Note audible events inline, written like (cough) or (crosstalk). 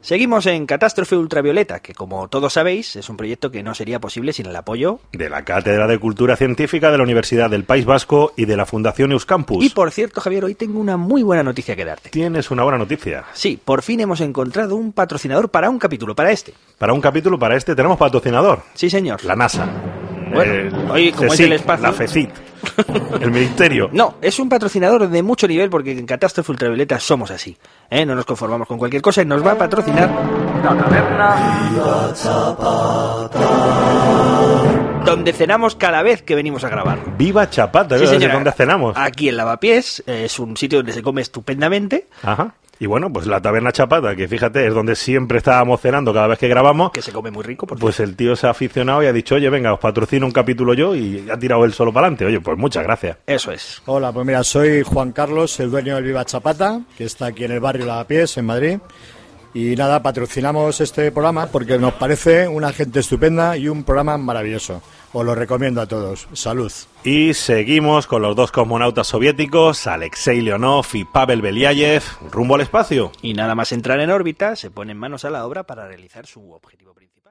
Seguimos en Catástrofe Ultravioleta, que como todos sabéis es un proyecto que no sería posible sin el apoyo. De la Cátedra de Cultura Científica de la Universidad del País Vasco y de la Fundación Euskampus. Y por cierto, Javier, hoy tengo una muy buena noticia que darte. Tienes una buena noticia. Sí, por fin hemos encontrado un patrocinador para un capítulo, para este. Para un capítulo, para este, tenemos patrocinador. Sí, señor. La NASA. Bueno, hoy, como es CSIC, el espacio- La (laughs) FECIT. El Ministerio. No, es un patrocinador de mucho nivel porque en Catástrofe Ultravioleta somos así. ¿eh? No nos conformamos con cualquier cosa y nos va a patrocinar la taberna donde cenamos cada vez que venimos a grabar. Viva Chapata, Sí, ¿desde señora. Ah. dónde cenamos? Aquí en Lavapiés, eh, es un sitio donde se come estupendamente, Ajá. Y bueno, pues la taberna Chapata, que fíjate, es donde siempre estábamos cenando cada vez que grabamos. que se come muy rico, por Pues el tío se ha aficionado y ha dicho, oye, venga, os patrocino un capítulo yo y ha tirado él solo para adelante. Oye, pues muchas gracias. cierto. Eso es. Hola, pues mira, soy Juan Carlos, el dueño del Viva Chapata, que está aquí en el barrio Lavapiés, en Madrid. Y nada, patrocinamos este programa porque nos parece una gente estupenda y un programa maravilloso. Os lo recomiendo a todos. Salud. Y seguimos con los dos cosmonautas soviéticos, Alexei Leonov y Pavel Beliayev, rumbo al espacio. Y nada más entrar en órbita, se pone en manos a la obra para realizar su objetivo principal.